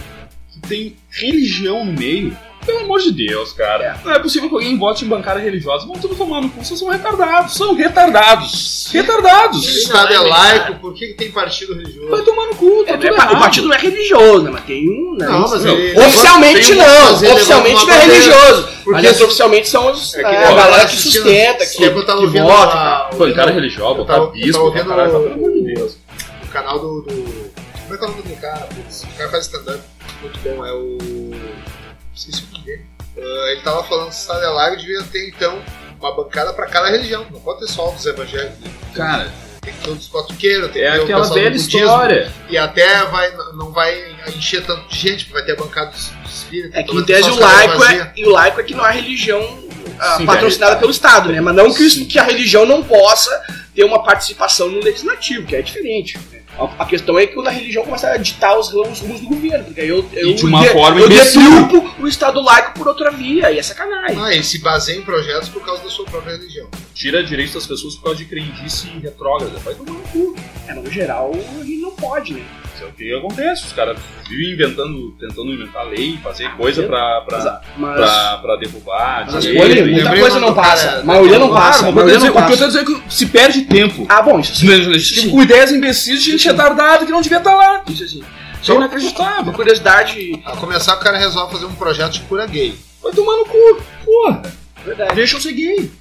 Speaker 2: que tem religião no meio, pelo amor de Deus, cara, não é possível que alguém vote em bancada religiosa, vão tudo tomar no cu, vocês são retardados, são retardados,
Speaker 1: Se o
Speaker 2: retardados,
Speaker 1: Estado é
Speaker 4: Não, é
Speaker 1: laico, por que, que tem partido religioso?
Speaker 2: vai tomar no cu, tá
Speaker 3: É, não
Speaker 2: tudo
Speaker 3: é pa-
Speaker 2: errado.
Speaker 3: o partido não é religioso, né? Mas tem um. Né?
Speaker 1: Não, mas
Speaker 2: Não.
Speaker 1: ele-
Speaker 3: Oficialmente
Speaker 1: tem que
Speaker 3: não,
Speaker 1: fazer, levantar
Speaker 3: oficialmente
Speaker 1: uma
Speaker 3: não é
Speaker 1: bandeira.
Speaker 3: religioso.
Speaker 1: Porque
Speaker 3: Aliás,
Speaker 1: se-
Speaker 3: oficialmente são os,
Speaker 1: É
Speaker 3: é
Speaker 1: que
Speaker 3: a
Speaker 1: eu
Speaker 3: galera
Speaker 1: tava
Speaker 3: que
Speaker 1: assistindo-
Speaker 3: sustenta, que,
Speaker 1: esse tempo eu tava
Speaker 3: que
Speaker 1: ouvindo
Speaker 3: vota.
Speaker 1: a-
Speaker 3: cara.
Speaker 2: Pancada religiosa,
Speaker 1: Eu tava-
Speaker 2: botar
Speaker 1: eu tava
Speaker 2: bispo, botar
Speaker 1: ouvindo-
Speaker 2: caralho, pelo amor de Deus.
Speaker 1: o canal do, do- Como é que é o nome do cara? Putz, o cara faz stand-up muito bom, é o. Não sei se o nome dele. Ah, ele tava falando que o Estado é laico devia ter então uma bancada pra cada religião. Não pode ter só dos evangélicos, né?
Speaker 2: Cara,
Speaker 1: Tem que ter os quatro-queiros, tem
Speaker 2: é
Speaker 1: que ter o
Speaker 2: aquela
Speaker 1: pessoal do
Speaker 2: velha
Speaker 1: budismo.
Speaker 2: história.
Speaker 1: E até vai, não vai encher tanto de gente, porque vai ter a bancada dos dos espíritas.
Speaker 3: É que
Speaker 1: então
Speaker 3: em
Speaker 1: vai ter
Speaker 3: tese
Speaker 1: só
Speaker 3: o
Speaker 1: os caras
Speaker 3: laico,
Speaker 1: vazios.
Speaker 3: é, e o laico é que não é a religião ah,
Speaker 2: Sim, é.
Speaker 3: patrocinada
Speaker 2: velho.
Speaker 3: pelo Estado, né? Mas não que, isso- que a religião não possa ter uma participação no legislativo, que é diferente. né? A- A questão é que quando a religião começa a ditar os ramos- os rumos do governo, porque aí eu, eu,
Speaker 2: de uma
Speaker 3: de-
Speaker 2: forma
Speaker 3: eu
Speaker 2: imbecil.
Speaker 3: deturpo o Estado laico por outra via, e é sacanagem.
Speaker 1: Ah, e se baseia em projetos por causa da sua própria religião.
Speaker 2: Tira direito das pessoas por causa de crendice retrógrada, vai tomar no cu.
Speaker 3: É, mas no geral, a gente não pode, né?
Speaker 2: Isso é o que acontece. Os caras vivem inventando, tentando inventar lei, fazer coisa
Speaker 3: eu-
Speaker 2: pra, pra,
Speaker 3: Mas, mas,
Speaker 2: pra, pra derrubar.
Speaker 3: mas as
Speaker 2: direito.
Speaker 3: coisas,
Speaker 1: lembrei
Speaker 3: muita
Speaker 1: o
Speaker 3: coisa
Speaker 1: nome
Speaker 3: não
Speaker 1: do cara,
Speaker 3: passa, a
Speaker 1: né?
Speaker 3: maioria não
Speaker 2: Claro,
Speaker 3: passa,
Speaker 2: mas
Speaker 3: a
Speaker 2: o, que eu
Speaker 3: maioria
Speaker 2: tô
Speaker 3: não
Speaker 2: dizendo- o que eu tô
Speaker 3: passa.
Speaker 2: dizendo é que se perde tempo.
Speaker 3: Ah, bom, isso sim.
Speaker 2: Tipo, com ideias imbecis de gente retardada que não devia estar lá.
Speaker 3: Isso assim.
Speaker 2: Isso é
Speaker 3: Só
Speaker 2: inacreditável.
Speaker 3: uma curiosidade,
Speaker 1: A começar, o cara resolve fazer um projeto de cura gay.
Speaker 2: Vai tomar no cu. Porra,
Speaker 3: verdade.
Speaker 2: deixa eu ser gay.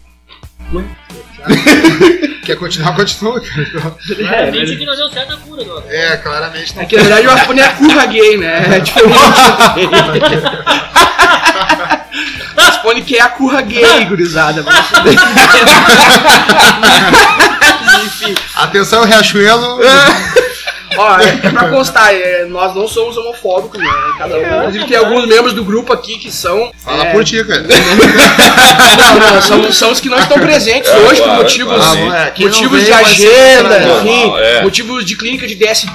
Speaker 1: Quer continuar? Continua.
Speaker 3: né?
Speaker 4: Claramente que não deu certo a cura, agora.
Speaker 1: É, claramente não
Speaker 3: É que na verdade eu acho que não é a curva gay, né? É diferente. Responde que é a curva gay, gurizada. mas-
Speaker 1: Atenção, Riachuelo.
Speaker 3: Ó, é pra constar, é, nós não somos homofóbicos, né? Cada um. Inclusive tem alguns membros do grupo aqui que são.
Speaker 1: Fala
Speaker 3: é,
Speaker 1: por ti, cara.
Speaker 3: não, não, são, são os que não estão presentes
Speaker 2: É,
Speaker 3: hoje
Speaker 2: claro,
Speaker 3: por motivos.
Speaker 2: claro.
Speaker 1: É, quem não
Speaker 3: Motivos
Speaker 1: vem
Speaker 3: de
Speaker 1: vai ser
Speaker 3: agenda,
Speaker 1: estranho.
Speaker 2: Normal,
Speaker 3: enfim,
Speaker 2: é.
Speaker 3: motivos de clínica de DST.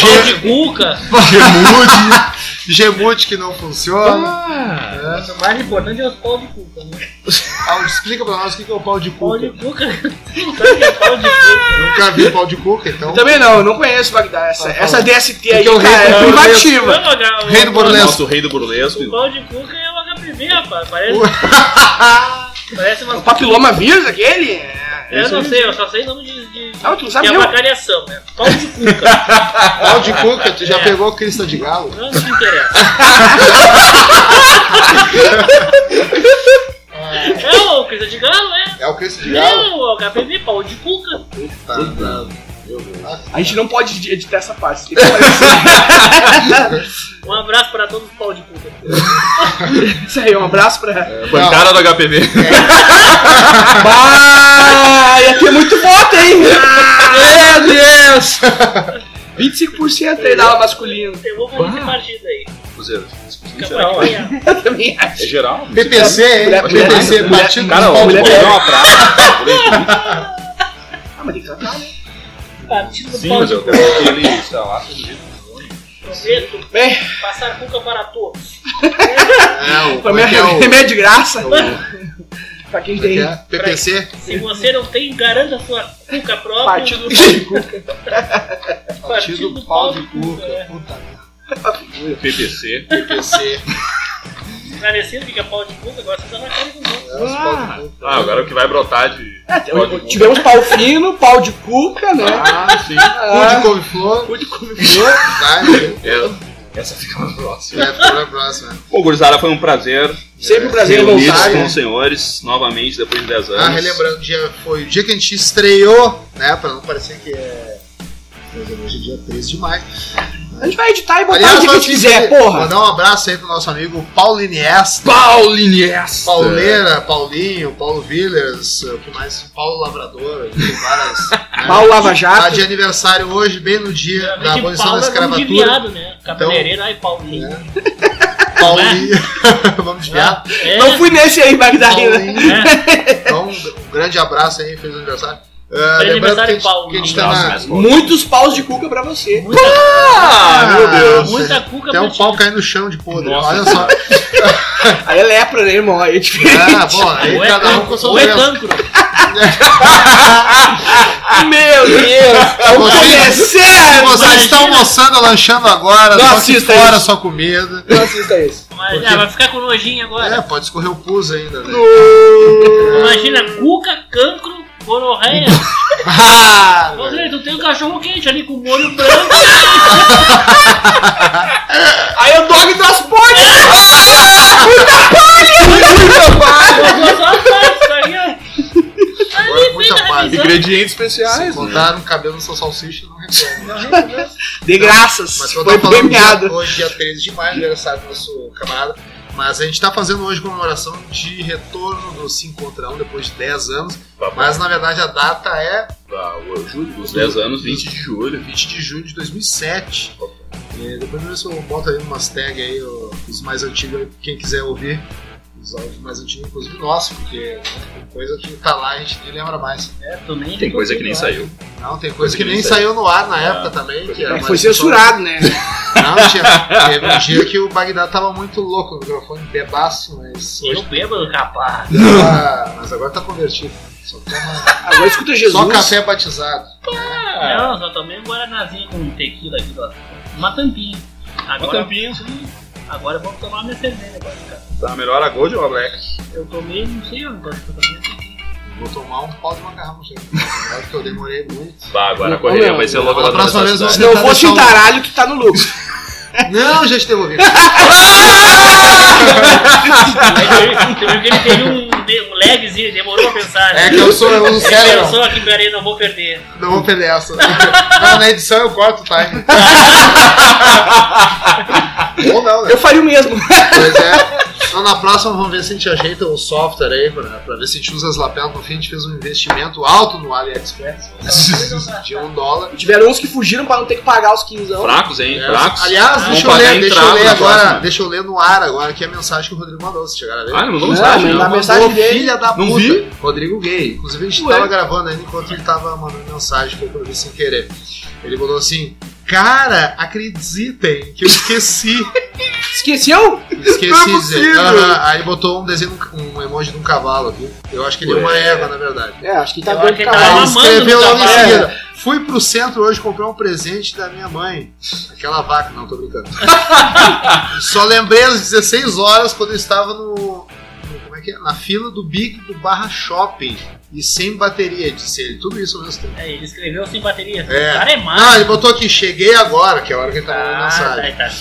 Speaker 4: Pau de cuca.
Speaker 1: Gemute. Gemute que não funciona.
Speaker 2: Ah,
Speaker 4: Mas O mais importante é os pau de cuca, né?
Speaker 1: Ah, explica pra nós o que que é o pau de
Speaker 4: Pau de
Speaker 1: cuca.
Speaker 4: cuca. Tu não sabe o que é pau de cuca.
Speaker 1: Nunca vi pau de cuca, então.
Speaker 3: Também não, eu não conheço Bagdá. Essa,
Speaker 1: Ah, tá.
Speaker 3: essa DST
Speaker 1: Porque
Speaker 3: aí,
Speaker 1: eu
Speaker 3: cara,
Speaker 1: rei-
Speaker 3: é
Speaker 1: eu rei-
Speaker 3: privativa.
Speaker 4: Não, cara, o-
Speaker 1: Rei do
Speaker 3: né?
Speaker 1: burlesco.
Speaker 2: nosso rei do burlesco.
Speaker 4: O pau de cuca é o HPV, rapaz. Parece, parece
Speaker 3: O
Speaker 4: uma...
Speaker 3: papiloma vírus aquele? É.
Speaker 4: Eu
Speaker 2: Esse
Speaker 4: não
Speaker 2: aí.
Speaker 4: sei, eu só sei nome de... de...
Speaker 3: Ah, tu não sabe
Speaker 4: que é
Speaker 3: mesmo?
Speaker 4: uma cariação, né? Pau de cuca.
Speaker 1: Pau de cuca, tu já
Speaker 4: É.
Speaker 1: pegou crista de galo?
Speaker 4: Não te interessa. É o coisa de galo, é?
Speaker 1: É o crista de
Speaker 4: É
Speaker 1: galo?
Speaker 4: o HPV, pau de cuca.
Speaker 1: Tá, tá. Meu Deus. Ah,
Speaker 3: A gente não pode editar essa parte. tem que aparecer.
Speaker 4: Um abraço pra todos os pau de puta.
Speaker 3: Isso aí, um abraço
Speaker 2: É.
Speaker 3: pra.
Speaker 2: Bancada do HPV.
Speaker 3: Ah, ia ter muito voto, hein? Meu Deus! 25% aí da ala masculina.
Speaker 4: Eu vou fazer esse partido aí.
Speaker 2: Cruzeiro.
Speaker 4: Fica
Speaker 2: Geral,
Speaker 4: pra ganhar.
Speaker 3: Eu também acho.
Speaker 2: É geral?
Speaker 1: PPC, hein?
Speaker 3: Mulher- mulher-
Speaker 1: PPC,
Speaker 3: mulher-
Speaker 1: partido
Speaker 2: Cara,
Speaker 1: do
Speaker 2: ó,
Speaker 1: pau
Speaker 2: vou
Speaker 1: de
Speaker 3: mulher- é
Speaker 1: pau.
Speaker 2: pegar é uma praça.
Speaker 3: Ah, mas tem que tratar, né?
Speaker 4: Partido do
Speaker 2: Sim, assim,
Speaker 4: pau
Speaker 2: mas
Speaker 4: de
Speaker 2: eu
Speaker 4: puta.
Speaker 2: quero que ele, sei lá, seja jeito.
Speaker 4: Prometo
Speaker 3: Bem,
Speaker 4: passar cuca para todos.
Speaker 1: É, o,
Speaker 3: pra
Speaker 1: como
Speaker 3: mim
Speaker 1: é que é
Speaker 3: é
Speaker 1: o,
Speaker 3: remédio de graça.
Speaker 1: o, como
Speaker 3: Pra quem
Speaker 1: é que
Speaker 3: tem
Speaker 1: é? PPC?
Speaker 4: Se você não tem, garanta sua cuca própria.
Speaker 3: partido do Chico.
Speaker 1: Partido do pau de cuca. Puta merda.
Speaker 2: PPC.
Speaker 1: PPC.
Speaker 4: Esclarecendo que é pau de cuca, agora você tá na cara do mundo.
Speaker 1: É, os pau de cuca.
Speaker 2: Ah, agora o que vai brotar de.
Speaker 3: É, tem-
Speaker 2: Pode-
Speaker 3: tivemos pau fino, pau de cuca, né?
Speaker 2: Ah,
Speaker 1: Cu
Speaker 2: sim.
Speaker 1: de
Speaker 3: Ah,
Speaker 1: couve-flor.
Speaker 3: cu de cuca.
Speaker 1: Tá, né?
Speaker 2: É. Essa fica mais próxima.
Speaker 1: É, fica pra próxima.
Speaker 2: Bom, gurizada, foi um prazer
Speaker 3: Sempre um prazer
Speaker 1: Reunidos
Speaker 3: voltar.
Speaker 1: né?
Speaker 2: com os senhores, novamente, depois de 10 anos.
Speaker 1: Ah, relembrando, o dia foi o dia que a gente estreou, né? Pra não parecer que é. Hoje é dia 13 de maio.
Speaker 3: A gente vai editar e botar
Speaker 1: Aliás,
Speaker 3: onde a
Speaker 1: nós
Speaker 3: gente quiser,
Speaker 1: temos que
Speaker 3: porra.
Speaker 1: Mandar um abraço aí pro nosso amigo Paulo Iniesta.
Speaker 2: Paulo Iniesta!
Speaker 1: Pauleira, Paulinho, Paulo Villers, o que mais? Paulo Lavrador, tem várias. né?
Speaker 3: Pau Lava
Speaker 1: Tá
Speaker 3: Jato.
Speaker 1: de aniversário hoje, bem no dia da
Speaker 4: Geralmente
Speaker 1: abolição da
Speaker 4: pau é nome de
Speaker 1: escravatura. Então- É.
Speaker 4: viado, né? Cabeleireiro, ai, Paulinho.
Speaker 1: Paulinho, vamos desviar.
Speaker 4: É,
Speaker 3: Não fui nesse aí, Magdalena.
Speaker 1: Paulinho.
Speaker 4: é.
Speaker 1: Então, um grande abraço aí, feliz aniversário. Ah,
Speaker 4: Feliz
Speaker 1: lembrando
Speaker 4: aniversário,
Speaker 1: que a gente,
Speaker 4: Paulo.
Speaker 1: que a gente tá
Speaker 2: Nossa,
Speaker 1: na,
Speaker 2: mas bom.
Speaker 3: Muitos paus de cuca pra você.
Speaker 4: Muita,
Speaker 2: Ah, meu Deus!
Speaker 4: muita cuca
Speaker 1: Até
Speaker 4: pra
Speaker 1: um
Speaker 4: ti.
Speaker 1: pau caindo no chão de podre.
Speaker 2: Nossa.
Speaker 1: Olha só.
Speaker 3: Aí é lepra, né, irmão? Aí é diferente.
Speaker 1: Ah, pô, aí
Speaker 4: Ou é
Speaker 1: cada um
Speaker 4: cancro,
Speaker 1: com
Speaker 4: ou
Speaker 1: sua
Speaker 4: é
Speaker 1: doença.
Speaker 4: cancro.
Speaker 3: Ah, Meu Deus! Tá um
Speaker 1: Você-
Speaker 3: crescendo!
Speaker 1: Você está almoçando, lanchando agora,
Speaker 3: Não
Speaker 1: só que
Speaker 3: assista
Speaker 1: fora
Speaker 3: isso.
Speaker 1: sua comida.
Speaker 3: Não assista isso.
Speaker 4: Mas,
Speaker 1: Porque-
Speaker 4: ah, vai ficar com nojinho agora.
Speaker 1: É, pode escorrer o pus ainda, né? É.
Speaker 4: Imagina cuca, cancro, gonorreia.
Speaker 1: Ah,
Speaker 4: Ô,
Speaker 1: velho.
Speaker 4: Zé, tu tem um cachorro quente ali com molho branco.
Speaker 3: Aí o dog das pontes!
Speaker 1: Ah! é
Speaker 4: Eu só faço isso aí, é- ó.
Speaker 1: Agora muita
Speaker 4: vem a
Speaker 1: paz.
Speaker 4: revisão.
Speaker 2: Ingredientes especiais. né?
Speaker 1: Botaram um cabelo no seu salsicha, não reclama.
Speaker 3: De graças!
Speaker 1: Mas eu
Speaker 3: Foi
Speaker 1: tava
Speaker 3: bem
Speaker 1: falando
Speaker 3: meado.
Speaker 1: dia, hoje, é dia 13 de maio, aniversário do nosso camarada. Mas a gente tá fazendo hoje comemoração de retorno do Se Encontrar Um depois de 10 anos. Mas na verdade a data é
Speaker 2: Os 10 anos, 20 de julho.
Speaker 1: 20 de junho de 2007. E depois eu ver se eu boto aí umas tags aí, ó, os mais antigos, aí, quem quiser ouvir. Os áudios mais antigos, inclusive nosso, porque tem coisa que tá lá a gente nem lembra mais.
Speaker 4: É, tu nem-
Speaker 2: Tem coisa que nem saiu.
Speaker 1: Não, tem coisa que nem saiu no ar na época também. Que era
Speaker 3: É,
Speaker 1: mais
Speaker 3: foi
Speaker 1: pessoal.
Speaker 3: censurado, né?
Speaker 1: Não, tinha. Teve um dia que o Bagdá tava muito louco, o microfone bebaço, mas
Speaker 4: Eu
Speaker 1: hoje
Speaker 4: bêbado, rapaz.
Speaker 1: tá, Mas agora tá convertido. Só, toma-
Speaker 3: Agora escuta Jesus.
Speaker 1: só café batizado.
Speaker 4: Não, só tomei um guaranazinho com tequila aqui, ó. Uma tampinha. Agora,
Speaker 2: Uma tampinha,
Speaker 4: Agora eu vou tomar minha cerveja agora, cara.
Speaker 2: Tá melhor a Gold ou a Black?
Speaker 4: Eu tomei, não sei onde, quando eu tomei. essa aqui.
Speaker 1: Vou tomar um pau de macarrão, gente. É porque eu demorei muito.
Speaker 2: Bah, agora a
Speaker 3: Ô,
Speaker 2: correria
Speaker 3: meu,
Speaker 2: vai ser louca
Speaker 1: a
Speaker 2: lá atrás
Speaker 1: próxima
Speaker 2: da
Speaker 1: vez
Speaker 2: cidade.
Speaker 3: Se não fosse o taralho, tu tá no lucro.
Speaker 1: Não, já te devolvi.
Speaker 4: Aí teve- teve que ele teve um, de- um lagzinho, ele demorou pra pensar. né?
Speaker 1: É que eu sou eu uso
Speaker 4: Ele
Speaker 1: cérebro.
Speaker 4: pensou aqui, peraí, não vou perder.
Speaker 1: Não vou perder essa. Não, na edição eu corto tá? o time. Ou não, né?
Speaker 3: Eu faria o mesmo.
Speaker 1: Pois é. Então, na próxima vamos ver se a gente ajeita o software aí pra, pra ver se a gente usa as lapelas. No fim a gente fez um investimento alto no AliExpress de um dólar.
Speaker 3: Tiveram uns que fugiram pra não ter que pagar os 15 anos.
Speaker 2: Fracos, hein?
Speaker 1: É,
Speaker 2: Fracos.
Speaker 1: Aliás,
Speaker 2: Vamos
Speaker 1: deixa eu
Speaker 2: pagar
Speaker 1: ler, deixa eu
Speaker 2: entrada
Speaker 1: ler
Speaker 2: na
Speaker 1: agora,
Speaker 2: próxima.
Speaker 1: deixa eu ler no ar agora aqui a mensagem que o Rodrigo mandou, se chegaram a ver.
Speaker 2: Ah, não né? mandou
Speaker 3: Não,
Speaker 2: mensagem,
Speaker 3: mas
Speaker 2: não.
Speaker 3: dá- mensagem
Speaker 1: mandou,
Speaker 3: dele.
Speaker 1: filha da
Speaker 2: Não
Speaker 1: puta.
Speaker 2: vi.
Speaker 1: Rodrigo Gay. Inclusive a gente
Speaker 3: Ué.
Speaker 1: tava gravando ainda enquanto ele tava mandando mensagem que eu vi sem querer. Ele mandou assim: Cara, acreditem que eu esqueci.
Speaker 3: Esqueceu?
Speaker 2: é
Speaker 1: Esqueci de dizer.
Speaker 3: possível.
Speaker 1: Aham, aí botou um desenho, um emoji de um cavalo aqui. Eu acho que ele é uma
Speaker 2: Ué.
Speaker 1: égua, na verdade.
Speaker 3: É, acho que tá
Speaker 4: Eu
Speaker 3: doido
Speaker 4: acho que
Speaker 3: pra
Speaker 4: tá
Speaker 1: Aí
Speaker 3: caralho.
Speaker 1: ele
Speaker 4: mamando
Speaker 1: escreveu
Speaker 4: no
Speaker 1: logo em
Speaker 4: cavalo.
Speaker 1: seguida. Fui pro centro hoje comprar um presente da minha mãe. Aquela vaca, não, tô brincando. Só lembrei às 16 horas quando eu estava no. no- Como é que é? Na fila do Big do Barra Shopping. E sem bateria, disse ele. Tudo isso ao mesmo tempo.
Speaker 4: É, ele escreveu sem bateria.
Speaker 1: É.
Speaker 4: O cara
Speaker 1: Ah,
Speaker 4: é
Speaker 1: ele
Speaker 4: mágico.
Speaker 1: botou aqui, cheguei agora, que é a hora que ele tá mandando
Speaker 4: Ah,
Speaker 1: mensagem.
Speaker 4: tá, tá.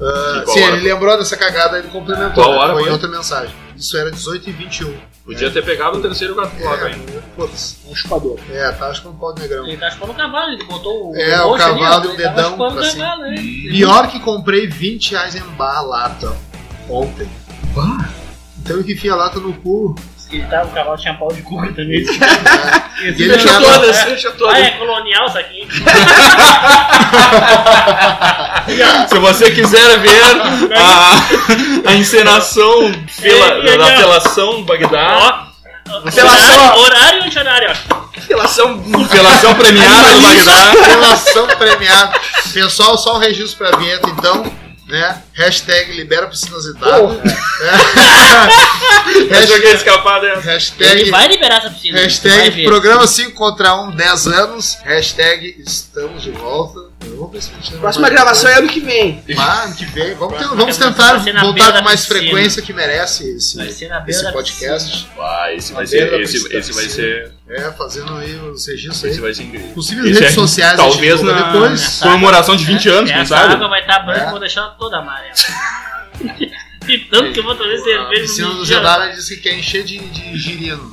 Speaker 1: Ah,
Speaker 2: Que qual
Speaker 1: sim,
Speaker 2: hora
Speaker 1: ele lembrou dessa cagada, ele complementou.
Speaker 2: Qual
Speaker 1: né?
Speaker 2: hora
Speaker 1: foi em
Speaker 2: foi?
Speaker 1: outra mensagem. Isso era 18 e 21.
Speaker 2: Podia ter pegado o terceiro quarto bloco ainda.
Speaker 1: Putz.
Speaker 3: É um chupador.
Speaker 1: É, tá chupando o pau de negrão.
Speaker 4: Ele tá chupando o cavalo, ele botou o.
Speaker 1: É,
Speaker 4: o
Speaker 1: o cavalo e o
Speaker 4: ali, ó, ele tava
Speaker 1: dedão
Speaker 4: chupando
Speaker 1: pra
Speaker 4: o
Speaker 1: cima.
Speaker 4: cavalo, hein? Ele-
Speaker 1: Pior que comprei 20 reais em bar lata ontem. Então eu que enfia a lata no cu.
Speaker 4: Ele tava, o cavalo tinha pau de cuca também.
Speaker 1: E É. ele assim,
Speaker 4: Esse-
Speaker 1: tinha
Speaker 2: Todas, deixa
Speaker 4: Ah,
Speaker 2: todas.
Speaker 4: é colonial isso aqui.
Speaker 2: Se você quiser ver a, a encenação pela,
Speaker 4: Ei,
Speaker 2: da
Speaker 4: Daniel.
Speaker 2: apelação Bagdá,
Speaker 4: Ó.
Speaker 2: Relação,
Speaker 4: Horário, horário e anti-horário, ó.
Speaker 2: apelação, apelação premiada do Bagdá.
Speaker 1: Relação premiada. Pessoal, só um registro pra vinheta, então. Né? Hashtag libera piscinosidade.
Speaker 3: Porra.
Speaker 1: É.
Speaker 2: Eu joguei
Speaker 1: hashtag,
Speaker 2: escapar dessa.
Speaker 4: Ele
Speaker 1: hashtag,
Speaker 4: vai liberar essa piscina. vai
Speaker 1: hashtag
Speaker 4: ver.
Speaker 1: programa 5 contra 1, 10 anos. Hashtag estamos de volta. Eu vou ver se a gente não
Speaker 3: Próxima
Speaker 1: vai-
Speaker 3: gravação é ano que vem.
Speaker 1: Ah, ano que vem. Vamos, ter-
Speaker 4: Próxima
Speaker 1: vamos
Speaker 4: gravação
Speaker 1: tentar
Speaker 4: vai ser na
Speaker 1: voltar
Speaker 4: beira
Speaker 1: com mais
Speaker 4: da piscina.
Speaker 1: frequência que merece esse,
Speaker 4: Vai ser na beira
Speaker 1: esse
Speaker 4: da
Speaker 1: podcast.
Speaker 2: Ah, esse vai
Speaker 1: A
Speaker 2: ser,
Speaker 1: beira
Speaker 2: esse,
Speaker 1: da
Speaker 2: esse vai
Speaker 1: piscina.
Speaker 2: ser,
Speaker 1: É, fazendo aí os registros
Speaker 2: esse
Speaker 1: aí.
Speaker 2: vai ser incrível.
Speaker 1: Possíveis
Speaker 2: Esse
Speaker 1: redes
Speaker 2: é-
Speaker 1: sociais a gente
Speaker 2: Talvez
Speaker 1: divulga
Speaker 2: na É.
Speaker 1: depois.
Speaker 4: Essa
Speaker 2: comemoração de 20 anos, quem
Speaker 4: Essa
Speaker 2: sabe?
Speaker 4: água vai estar branca,
Speaker 1: É.
Speaker 4: vou deixar ela toda amarela. e tanto que eu vou trazer
Speaker 1: A
Speaker 4: cerveja
Speaker 1: É. piscina
Speaker 4: no
Speaker 1: do
Speaker 4: dia.
Speaker 1: Jedi disse que quer encher de, de girino.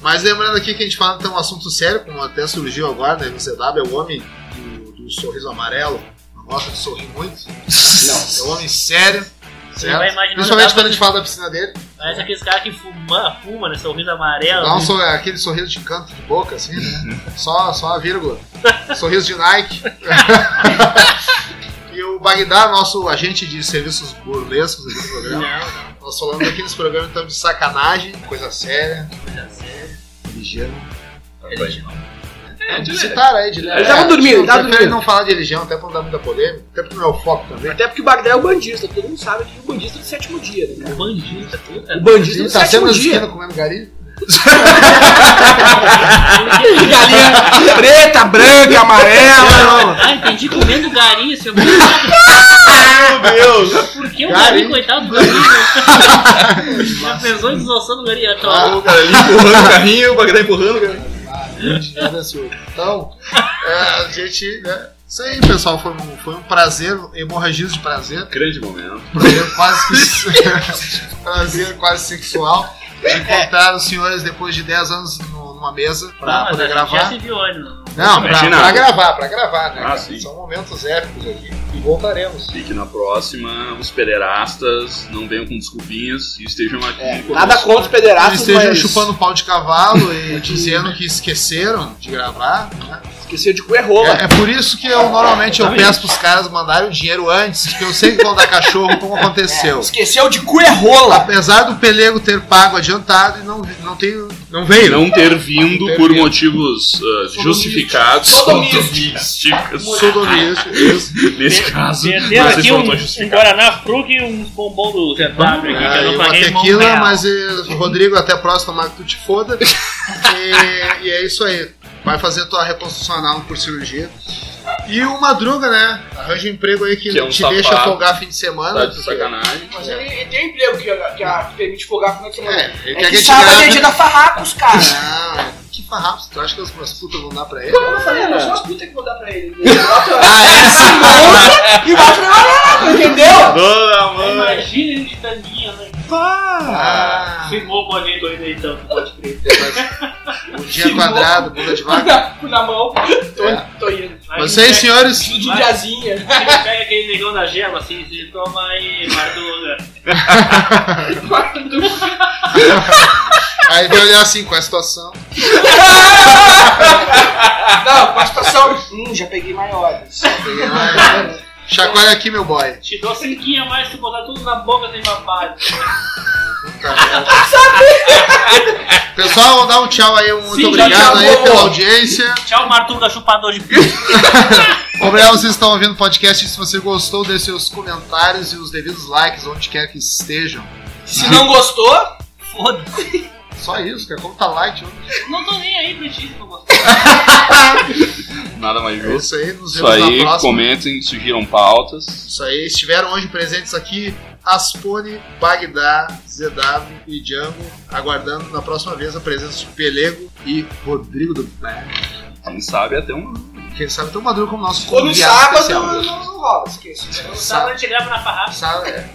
Speaker 1: Mas lembrando aqui que a gente fala tem um assunto sério, como até surgiu agora, né? No CW é o homem do, do sorriso amarelo. Não gosta de sorrir muito. Não, é um homem sério. certo?
Speaker 4: vai imaginar
Speaker 1: Principalmente
Speaker 4: nada-
Speaker 1: quando a gente fala da piscina dele.
Speaker 4: Parece aqueles caras que fuma, fuma, né? Sorriso amarelo.
Speaker 1: Dá um sor- aquele sorriso de canto de boca, assim, né? só, só a vírgula. Sorriso de Nike. e o Bagdá, nosso agente de serviços burlescos aqui do
Speaker 4: Não,
Speaker 1: programa.
Speaker 4: não,
Speaker 1: Nós falamos aqui nesse programa então, de sacanagem, coisa séria,
Speaker 4: já sei.
Speaker 1: religião.
Speaker 2: Rapaz,
Speaker 1: É, Citaram aí de leve.
Speaker 2: Ele
Speaker 1: É,
Speaker 3: tava dormindo,
Speaker 1: a gente
Speaker 3: ele tava
Speaker 1: prefere
Speaker 3: dormindo.
Speaker 1: não falar de religião, até pra não dar muita polêmica, até porque não é o foco também.
Speaker 3: Até porque o Bagdá é o bandista. Todo mundo sabe que o bandista é do sétimo dia, né? cara?
Speaker 4: Bandista, puta.
Speaker 3: O bandista é
Speaker 1: Ele
Speaker 3: do
Speaker 1: tá sempre
Speaker 3: sétimo
Speaker 1: na
Speaker 3: dia.
Speaker 1: esquina comendo garim.
Speaker 3: Galinha preta, branca, amarela.
Speaker 4: Ah, entendi, comendo garinho, seu Meu Deus! Por que o
Speaker 1: Garim.
Speaker 4: garinho, coitado do garinho? Já pensou em desossando o garinho? Então,
Speaker 1: Ah,
Speaker 2: O cara ali empurrando o carrinho, o Bagdá empurrando o carrinho.
Speaker 1: Ah, gente, já venceu. Então, é, a gente. né? Isso aí, pessoal, foi um, foi um prazer, hemorragias de prazer.
Speaker 2: Grande momento.
Speaker 1: prazer quase que- prazer quase sexual encontrar os senhores depois de 10 anos no- numa mesa pra
Speaker 4: ah, mas
Speaker 1: poder
Speaker 4: a gente Já
Speaker 1: gravar.
Speaker 4: se viu antes, não.
Speaker 1: Não, pra,
Speaker 2: Imagina.
Speaker 1: pra gravar, pra gravar, né?
Speaker 2: Ah, sim.
Speaker 1: São momentos épicos aqui e voltaremos.
Speaker 2: E que na próxima, os pederastas não venham com desculpinhas e estejam aqui.
Speaker 1: É,
Speaker 2: conosco.
Speaker 3: Nada contra os
Speaker 1: Eles
Speaker 3: pederastas,
Speaker 1: estejam
Speaker 3: mas
Speaker 1: chupando pau de cavalo e dizendo que esqueceram de gravar. né?
Speaker 3: esqueceu de cu é rola.
Speaker 1: É, é por isso que eu normalmente
Speaker 3: Tá
Speaker 1: eu peço pros caras mandarem o dinheiro antes, porque eu sei que vão dar cachorro como aconteceu.
Speaker 3: Esqueceu de cu é rola.
Speaker 1: Apesar do Pelego ter pago adiantado e não, não, tem, não veio.
Speaker 2: Não ter vindo
Speaker 1: Não ter
Speaker 2: por
Speaker 1: vindo.
Speaker 2: motivos uh, justificados.
Speaker 3: Sodomistas.
Speaker 1: Sou do isso, isso.
Speaker 2: Nesse caso,
Speaker 4: Meteu
Speaker 2: vocês
Speaker 4: aqui
Speaker 2: não
Speaker 4: um,
Speaker 2: estão
Speaker 4: um
Speaker 2: justificados.
Speaker 4: Guaraná Fruc e uns bombom do ZW aqui, que
Speaker 1: É,
Speaker 4: eu
Speaker 1: e
Speaker 4: não
Speaker 1: uma
Speaker 4: paguei mão
Speaker 1: tequila,
Speaker 4: real.
Speaker 1: mas eh, Rodrigo, até a próxima, mas tu te foda. e, e é isso aí. Vai fazer tua reconstrução anal por cirurgia. E o Madruga, né? Arranja um emprego aí que,
Speaker 2: Que é um
Speaker 1: te
Speaker 2: safado.
Speaker 1: deixa folgar fim de semana.
Speaker 2: Tá de
Speaker 1: porque-
Speaker 2: sacanagem.
Speaker 3: Mas ele, ele tem um emprego que, que, a- que permite folgar como é que
Speaker 1: É,
Speaker 3: é.
Speaker 1: ele
Speaker 3: É
Speaker 1: quer
Speaker 3: que
Speaker 1: que
Speaker 3: sábado é
Speaker 1: te
Speaker 3: dia da farra com os caras.
Speaker 1: Não, Ah, que farrapo. Tu acha que as minhas putas vão dar pra ele?
Speaker 3: Eu não falei, não, só as putas que vão dar pra ele. Ele bota- E vai pra lá, entendeu?
Speaker 2: Dona mãe.
Speaker 4: Imagina ele de tanguinha, né?
Speaker 1: Ah,
Speaker 4: Firmou o boleto ainda então, não pode crer.
Speaker 1: mas um dia quadrado, bunda de vaca.
Speaker 3: Cu na mão. Tô, tô indo.
Speaker 1: Vocês, senhores.
Speaker 3: De diazinha.
Speaker 4: Ele pega aquele negão na gema assim, e toma aí, Marduga.
Speaker 1: Aí vai olhar assim, qual é a situação?
Speaker 3: Não, com a situação. Hum, já peguei maiores.
Speaker 1: Chacoalha aqui, meu boy.
Speaker 4: Te dou cinquinha a mais se botar tudo na boca sem babado.
Speaker 1: Tá bom. Pessoal, vou dar um tchau aí, um muito
Speaker 3: Sim,
Speaker 1: obrigado
Speaker 3: tchau,
Speaker 1: aí
Speaker 3: tchau.
Speaker 1: pela audiência.
Speaker 4: Tchau, Martuga, chupador de p.
Speaker 1: Obrigado vocês que estão ouvindo o podcast. Se você gostou, dê seus comentários e os devidos likes onde quer que estejam.
Speaker 3: Se não gostou,
Speaker 4: Foda.
Speaker 1: Só isso, cara. Como tá light? ó.
Speaker 4: Não tô nem aí pro time, eu gostei.
Speaker 2: Nada mais
Speaker 1: É
Speaker 2: justo.
Speaker 1: isso aí, nos
Speaker 2: Isso
Speaker 1: vemos na
Speaker 2: aí,
Speaker 1: próxima.
Speaker 2: comentem, sugiram pautas.
Speaker 1: Isso aí, estiveram hoje presentes aqui Aspone, Bagdá, ZW e Django, aguardando na próxima vez a presença de Pelego e Rodrigo do Pé.
Speaker 2: Quem sabe até um.
Speaker 1: Quem sabe tem um padrão como o nosso
Speaker 3: Ou no
Speaker 1: convidado
Speaker 3: sábado né?
Speaker 1: especial.
Speaker 3: não, não rola, esqueço.
Speaker 4: O sábado a gente grava na farrafa.
Speaker 1: Sabe, é,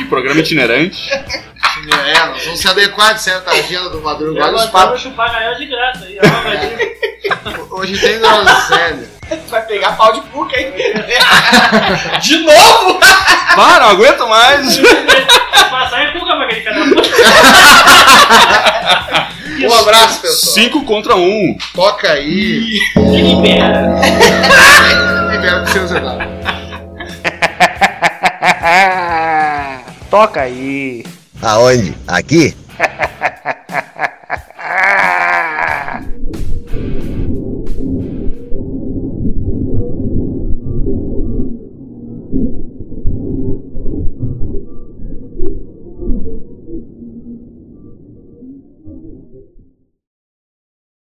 Speaker 2: E programa itinerante.
Speaker 1: é, nós vamos se adequar de certa agenda do Madruga. Olha os
Speaker 4: Eu
Speaker 1: papos.
Speaker 4: vou chupar galhão de graça. aí, ó, vai ter-
Speaker 1: Hoje tem groselha.
Speaker 3: Tu vai pegar pau de cuca, hein? de novo?
Speaker 2: Para, não aguento mais.
Speaker 4: Passar é cuca pra aquele cara.
Speaker 1: Um abraço, pessoal.
Speaker 2: Cinco contra um.
Speaker 1: Toca aí.
Speaker 4: Se libera.
Speaker 1: Libera com seus edados.
Speaker 5: Toca aí.
Speaker 6: Aonde? Aqui?